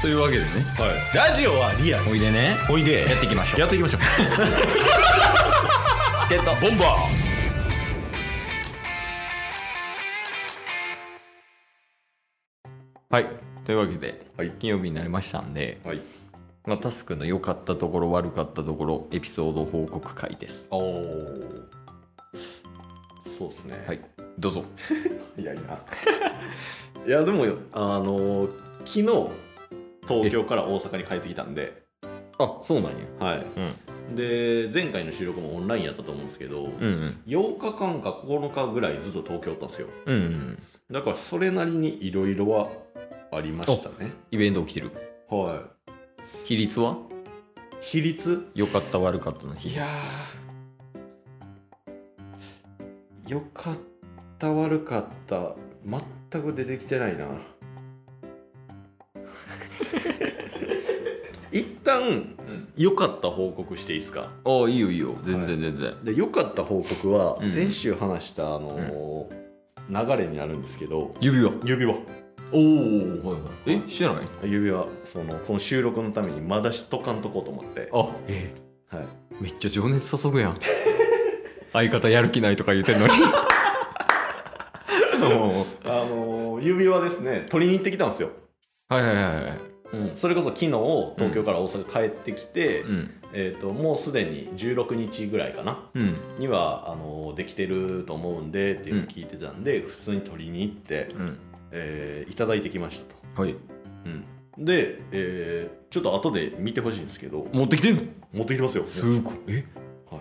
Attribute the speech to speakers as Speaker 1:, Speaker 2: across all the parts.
Speaker 1: というわけでね
Speaker 2: はい、ラジオはリアル
Speaker 1: おいでね
Speaker 2: おいで
Speaker 1: やっていきましょう
Speaker 2: やっていきましょう
Speaker 1: ゲット
Speaker 2: ボンバ
Speaker 1: はいというわけで、
Speaker 2: はい
Speaker 1: 金曜日になりましたんで、
Speaker 2: ーはい
Speaker 1: まあ、タスクの良かったところ悪かったところエピソード報告会です
Speaker 2: おーそうですね
Speaker 1: はいどうぞ
Speaker 2: いやいや いやでもあの昨日東京から大阪に帰ってきたんで
Speaker 1: あそうなんや
Speaker 2: はい
Speaker 1: うん
Speaker 2: で前回の収録もオンラインやったと思うんですけど、
Speaker 1: うん
Speaker 2: 8日間か9日ぐらいずっと東京おったんですよ
Speaker 1: うんうん
Speaker 2: だからそれなりにいろいろはありましたね
Speaker 1: イベント起きてる
Speaker 2: は
Speaker 1: 比率はい
Speaker 2: 比率
Speaker 1: 良かった悪かったの比
Speaker 2: い
Speaker 1: 率
Speaker 2: やーよかった悪かった全く出てきて ないな一旦
Speaker 1: うん
Speaker 2: 良かった報告していいですか
Speaker 1: ああいいよいいよ全然全然、
Speaker 2: で良かった報告は、
Speaker 1: うん
Speaker 2: 先週話したあのー流れになるんですけど
Speaker 1: 指輪
Speaker 2: 指輪
Speaker 1: おおはいはいえしてない
Speaker 2: 指輪そのこの収録のためにまだしとかんとこうと思って
Speaker 1: あえ
Speaker 2: はい
Speaker 1: めっちゃ情熱注ぐやん 相方やる気ないとか言ってんの に
Speaker 2: あのー指輪ですね取りに行ってきたんですよ、
Speaker 1: はいはいはいはい
Speaker 2: それこそ昨日東京から大阪帰ってきて、
Speaker 1: うん
Speaker 2: えー、ともうすでに16日ぐらいかな
Speaker 1: うん
Speaker 2: にはあのーできてると思うんでっていうのを聞いてたんで、普通に取りに行って、
Speaker 1: うん
Speaker 2: えーいただいてきましたと、
Speaker 1: はい
Speaker 2: で、えーちょっと後で見てほしいんですけど
Speaker 1: 持ってきてんの
Speaker 2: 持ってきてますよ
Speaker 1: すごいえ
Speaker 2: は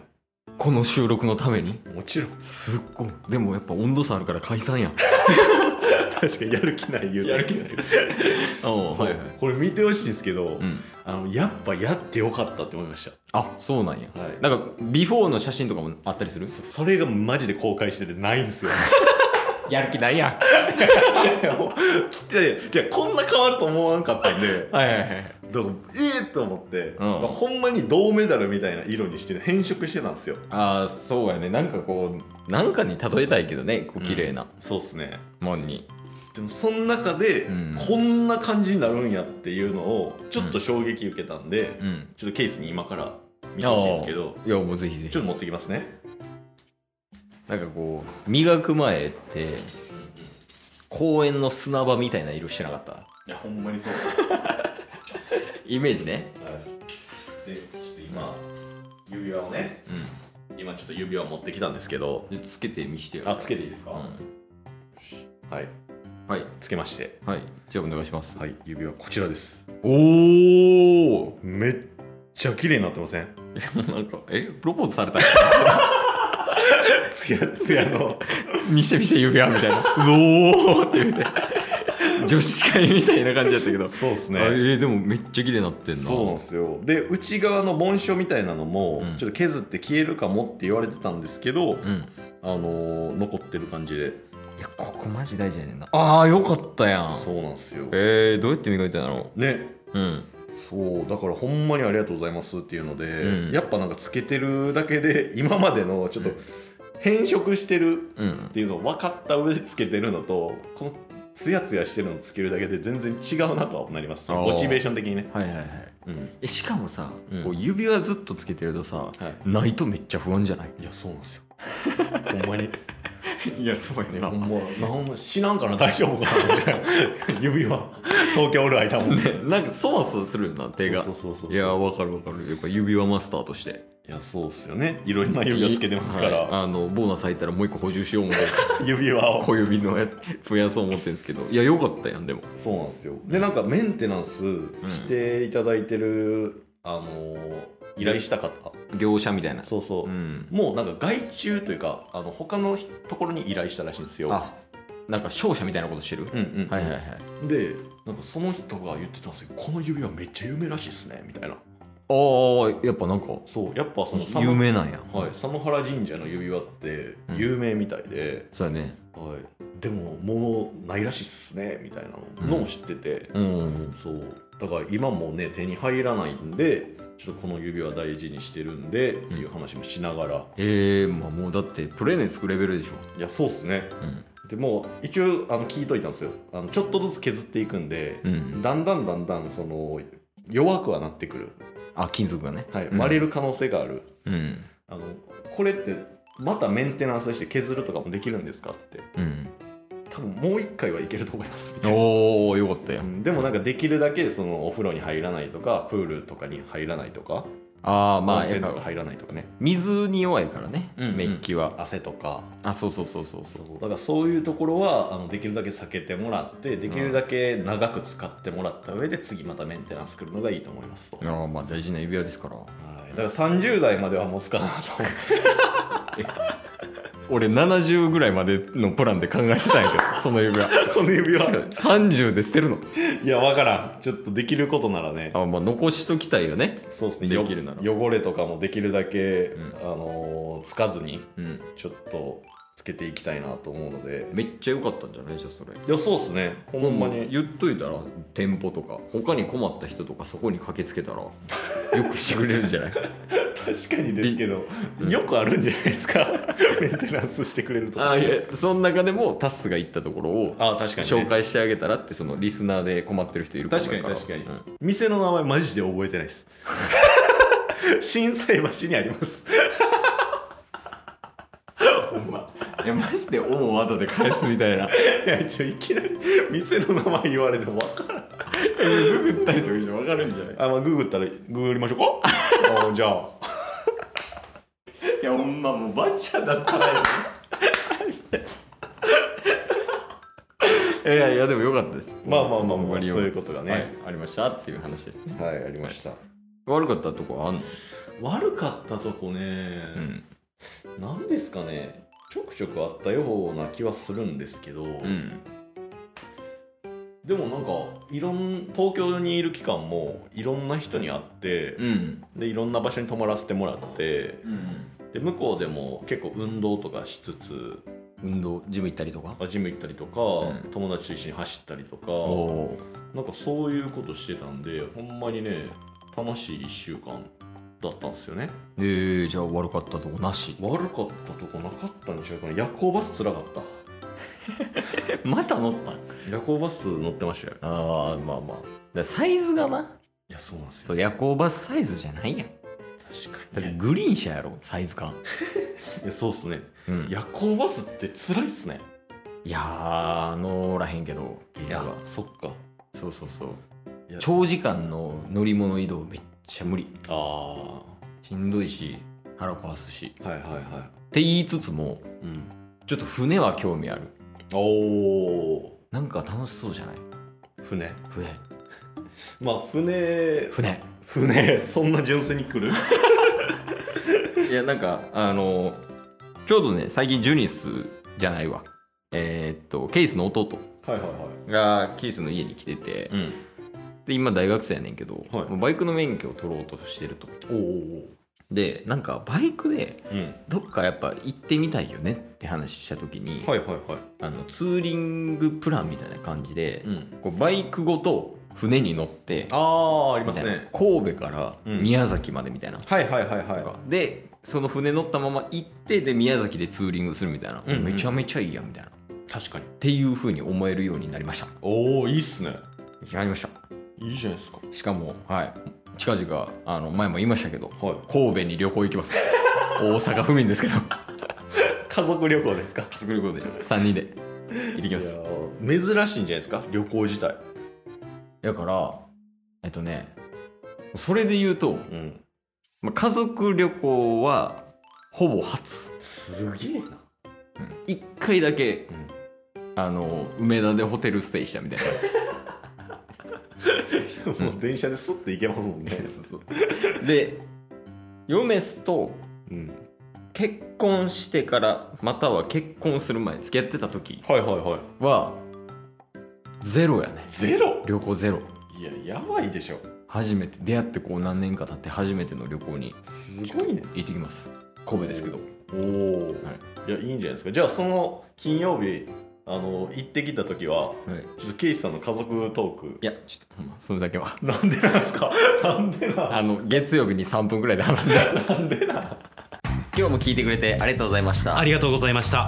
Speaker 1: この収録のために
Speaker 2: い、もちろん
Speaker 1: すっごいでもやっぱ温度差あるから解散やん
Speaker 2: 確かにやる気ない言うて
Speaker 1: やる気ない ああ
Speaker 2: そうこれ見てほしいんですけど、
Speaker 1: うん、
Speaker 2: あのやっぱやってよかったって思いまし
Speaker 1: あそうなんや
Speaker 2: た、はい、
Speaker 1: なんかビフォーの写真とかもあったりする
Speaker 2: そそれがマジで公開しててないんですよ
Speaker 1: やる気ないや
Speaker 2: 来てじゃあこんな変わると思わんかったんで
Speaker 1: んはいはいはい
Speaker 2: だからええと思って、
Speaker 1: ん
Speaker 2: まあほんまに銅メダルみたいな色にして変色してたんですよ
Speaker 1: ああそうやねなんかこうなんかに例えたいけどねこう綺麗な
Speaker 2: そうっすね
Speaker 1: もんに、
Speaker 2: でもその中で、
Speaker 1: うん
Speaker 2: こんな感じになるんやっていうのをちょっと衝撃受けたんで、
Speaker 1: うん、
Speaker 2: ちょっとケースに今から見てほしいんですけど
Speaker 1: いやもうぜひぜ
Speaker 2: ち
Speaker 1: ひ
Speaker 2: ょっと持ってきますね
Speaker 1: なんかこう磨く前って公園の砂場みたいな色してなかった
Speaker 2: いやほんまにそう、
Speaker 1: イメージね
Speaker 2: でちょっと今指輪をね今ちょっと指輪を持ってきたんですけど
Speaker 1: うんでつけて見してよ
Speaker 2: あつけていいですか、
Speaker 1: うん
Speaker 2: はい
Speaker 1: はい
Speaker 2: つけまして
Speaker 1: はいじゃあお願いします、
Speaker 2: はい指輪こちらです
Speaker 1: おお
Speaker 2: めっちゃ綺麗になってません
Speaker 1: なんかえプロポーズされた
Speaker 2: つやつやの
Speaker 1: 見して見して指輪みたいなう おーって言うて女子会みたいな感じやったけど、
Speaker 2: そうっす
Speaker 1: あえー、でもめっちゃ綺麗になってんな
Speaker 2: そうなんですよで内側の紋章みたいなのも、
Speaker 1: うん
Speaker 2: ちょっと削って消えるかもって言われてたんですけど、
Speaker 1: うん
Speaker 2: あのー残ってる感じで
Speaker 1: いやここマジ大事やねんなああよかったやん
Speaker 2: そうなんですよ
Speaker 1: えー、どうやって磨いてたの
Speaker 2: ね
Speaker 1: うん
Speaker 2: そうだからほんまにありがとうございますっていうので、
Speaker 1: うん
Speaker 2: やっぱなんかつけてるだけで今までのちょっと変色してる
Speaker 1: うん
Speaker 2: っていうのを分かった上でつけてるのとこのツヤツヤしてるのをつけるだけで全然違うなとはなります
Speaker 1: あー
Speaker 2: モチベーション的にね、
Speaker 1: はいはいはい
Speaker 2: うん
Speaker 1: えしかもさ、
Speaker 2: うん
Speaker 1: こう指輪ずっとつけてるとさ
Speaker 2: はい、
Speaker 1: ないとめっちゃ不安じゃない
Speaker 2: いやそうなんですよ ほんまに
Speaker 1: いやそうや
Speaker 2: ねほんま、なほんま死なんかな大丈夫かなみたいな 指輪東京おる間もね
Speaker 1: なんかそわそわするよな手が
Speaker 2: そうそうそうそう
Speaker 1: いやわかるわかるやっぱ指輪マスターとして
Speaker 2: いやそうっすよねいろんな指輪つけてますから、
Speaker 1: はいあのボーナス入ったらもう一個補充しよう もん
Speaker 2: 指輪を
Speaker 1: 小指のやつ増やそう思ってんですけどいやよかったやんでも
Speaker 2: そうなんですよでなんかメンテナンスしていただいてる、あのー依頼した方
Speaker 1: 業者みたいな
Speaker 2: そうそう、
Speaker 1: ん
Speaker 2: もうなんか外注というかあの他のところに依頼したらしいんですよ
Speaker 1: あなんか商社みたいなことしてる、
Speaker 2: うんうん、
Speaker 1: はいはいはい
Speaker 2: でなんかその人が言ってたんですよこの指輪めっちゃ有名らしいですねみたいな
Speaker 1: ああやっぱなんか
Speaker 2: そうやっぱその
Speaker 1: 有名なんや
Speaker 2: はい、佐野原神社の指輪って
Speaker 1: うん
Speaker 2: 有名みたいで、
Speaker 1: そうやね
Speaker 2: はい、でももうないらしいっすねみたいなのを知ってて、
Speaker 1: うん
Speaker 2: そうだから今もね手に入らないんでちょっとこの指輪大事にしてるんでっていう話もしながら、
Speaker 1: えー、まあもうだってプレネつくレベルでしょ
Speaker 2: いやそうっすね
Speaker 1: うん
Speaker 2: でもう一応あの聞いといたんですよあのちょっとずつ削っていくんで、
Speaker 1: うん
Speaker 2: だんだんだんだんその弱くはなってくる、
Speaker 1: あ金属がね、
Speaker 2: はい、
Speaker 1: うん
Speaker 2: 割れる可能性がある、
Speaker 1: うん
Speaker 2: あのこれってまたメンテナンスして削るとかもできるんですかって
Speaker 1: うん
Speaker 2: 多分もう一回はいけると思いますみたいな
Speaker 1: おおよかったよ、
Speaker 2: うんでもなんかできるだけそのお風呂に入らないとかプールとかに入らないとか、
Speaker 1: ああまあ
Speaker 2: 温
Speaker 1: やっ
Speaker 2: 泉とか
Speaker 1: ぱ
Speaker 2: 入らないとかね
Speaker 1: 水に弱いからね、
Speaker 2: うんうん
Speaker 1: メッキは
Speaker 2: 汗とか
Speaker 1: あそうそうそうそう
Speaker 2: そ
Speaker 1: そう
Speaker 2: うだからそういうところはあのできるだけ避けてもらってできるだけ長く使ってもらった上で次またメンテナンス来るのがいいと思いますと、はい、
Speaker 1: ああまあ大事な指輪ですから
Speaker 2: だから30代までは持つかなと 思って
Speaker 1: 俺70ぐらいまでのプランで考えてたんやけ どその指輪
Speaker 2: この指輪
Speaker 1: 30で捨てるの
Speaker 2: いやわからんちょっとできることならね
Speaker 1: あまあ残しときたいよね
Speaker 2: そうですね
Speaker 1: できるなら
Speaker 2: よ汚れとかもできるだけ、
Speaker 1: うん
Speaker 2: あのーつかずに
Speaker 1: うん
Speaker 2: ちょっとつけていきたいなと思うので
Speaker 1: めっちゃ良かったんじゃないじゃあそれ
Speaker 2: いやそうっすねほんま
Speaker 1: もう
Speaker 2: に
Speaker 1: 言っといたら店舗とか他に困った人とかそこに駆けつけたらよくしてくれるんじゃない
Speaker 2: 確かにですけど、
Speaker 1: うん
Speaker 2: よくあるんじゃないで すかメンテナンスしてくれると
Speaker 1: あいやその中でもタッスが行ったところを
Speaker 2: あ確かにね、
Speaker 1: 紹介してあげたらってそのリスナーで困ってる人いる
Speaker 2: 確かに確かに、店の名前マジで覚えてない です心斎橋にありますほんま
Speaker 1: いやマジで「お」を後で返すみたいな
Speaker 2: いやちょいきなり 店の名前言われても分からん
Speaker 1: ググったりとかして分かるんじゃない
Speaker 2: あ、まあ、ググったらググりましょう かあじゃあ
Speaker 1: いやほんまもうバチャだったらよ いやいやでもよかったです
Speaker 2: まあまあまあま
Speaker 1: ほん
Speaker 2: あ
Speaker 1: に
Speaker 2: そう
Speaker 1: よかっ
Speaker 2: いう
Speaker 1: た
Speaker 2: ことがね
Speaker 1: はい、ありましたっていう話ですね
Speaker 2: はい、ありました。
Speaker 1: 悪かったとこあんの
Speaker 2: 悪かったとこね、
Speaker 1: うん
Speaker 2: なんですかね、ちょくちょくあったような気はするんですけど、
Speaker 1: うん
Speaker 2: でもなんか、いろん、東京にいる期間も、いろんな人に会って、
Speaker 1: うん
Speaker 2: で、いろんな場所に泊まらせてもらって、
Speaker 1: うん
Speaker 2: で、向こうでも結構運動とかしつつ、
Speaker 1: 運動ジム行ったりとか
Speaker 2: まあジム行ったりとか、
Speaker 1: うん
Speaker 2: 友達と一緒に走ったりとか、
Speaker 1: お
Speaker 2: なんかそういうことしてたんで、ほんまにね、楽しい1週間だったんですよね。
Speaker 1: えー、じゃあ悪かったとこなし
Speaker 2: 悪かったとこなかったんちゃうかな夜行バスつらかった
Speaker 1: また乗った
Speaker 2: 夜行バス乗ってましたよ
Speaker 1: ああまあまあだからサイズがない
Speaker 2: やそうなんです
Speaker 1: そう夜行バスサイズじゃないやん
Speaker 2: 確
Speaker 1: だってグリーン車やろサイズ感、
Speaker 2: いやそうっすね
Speaker 1: うん、いや
Speaker 2: 夜行バスってつらいっすね
Speaker 1: ー乗らへんけど実は
Speaker 2: そっか
Speaker 1: そうそうそう
Speaker 2: いや
Speaker 1: 長時間の乗り物移動めっちゃ無理
Speaker 2: ああ
Speaker 1: しんどいし腹壊すし
Speaker 2: はいはいは
Speaker 1: って言いつつも
Speaker 2: い、うん、
Speaker 1: ちょっと船は興味ある
Speaker 2: おお
Speaker 1: なんか楽しそうじゃない
Speaker 2: 船
Speaker 1: 船
Speaker 2: まあ船
Speaker 1: 船
Speaker 2: 船そんな純粋に来る
Speaker 1: いやなんかあのちょうどね最近ジュニスじゃないわえーっとケイスの弟
Speaker 2: はいはいは
Speaker 1: がケイスの家に来てて、
Speaker 2: いうん
Speaker 1: で今大学生やねんけど、
Speaker 2: はい
Speaker 1: バイクの免許を取ろうとしてると
Speaker 2: おーおー
Speaker 1: でなんかバイクで
Speaker 2: おーうん
Speaker 1: どっかやっぱ行ってみたいよねって話した時に、
Speaker 2: はいはいはい
Speaker 1: あのツーリングプランみたいな感じで、
Speaker 2: ん
Speaker 1: こうバイクごと船に乗って
Speaker 2: ああありま
Speaker 1: み
Speaker 2: す
Speaker 1: たいな
Speaker 2: ね
Speaker 1: 神戸から
Speaker 2: うん
Speaker 1: 宮崎までみたいな、
Speaker 2: はいはいはいはい
Speaker 1: とかでその船乗ったまま行ってで宮崎でツーリングするみたいな、
Speaker 2: うんうん
Speaker 1: めちゃめちゃいいやんみたいなっ
Speaker 2: 確かに
Speaker 1: ていう風に思えるようになりました
Speaker 2: おおいいっすね
Speaker 1: やりました
Speaker 2: いいじゃないですか
Speaker 1: しかもはい近々あの前も言いましたけど
Speaker 2: はい
Speaker 1: 神戸に旅行行きます大阪府民ですけど
Speaker 2: 家族旅行ですか
Speaker 1: 家族旅行で3人で 行ってきます
Speaker 2: いやー珍しいんじゃないですか旅行自体
Speaker 1: だからえっとねそれで言うと、
Speaker 2: うん
Speaker 1: まあ、家族旅行はほぼ初
Speaker 2: すげえな
Speaker 1: 一回だけ、
Speaker 2: うん
Speaker 1: あの梅田でホテルステイしたみたいな
Speaker 2: もう電車でスッて行けますも んね
Speaker 1: で嫁すと
Speaker 2: うん
Speaker 1: 結婚してからまたは結婚する前付き合ってた時
Speaker 2: はいはいはい
Speaker 1: はゼロやね
Speaker 2: ゼロ
Speaker 1: 旅行ゼロ
Speaker 2: いややばいでしょ
Speaker 1: 初めて出会ってこう何年か経って初めての旅行に
Speaker 2: すごいね
Speaker 1: 行ってきます神戸ですけど
Speaker 2: おお、い、やいいんじゃないですかじゃあその金曜日あの行ってきた時は
Speaker 1: はい
Speaker 2: ちょっとケイシさんの家族トーク
Speaker 1: いやちょっとほんまそれだけは
Speaker 2: なんでなん すかなんでなん
Speaker 1: あの月曜日に3分ぐらいで話すんだ
Speaker 2: なんでなん
Speaker 1: 今日も聞いてくれてありがとうございました
Speaker 2: りがとうございました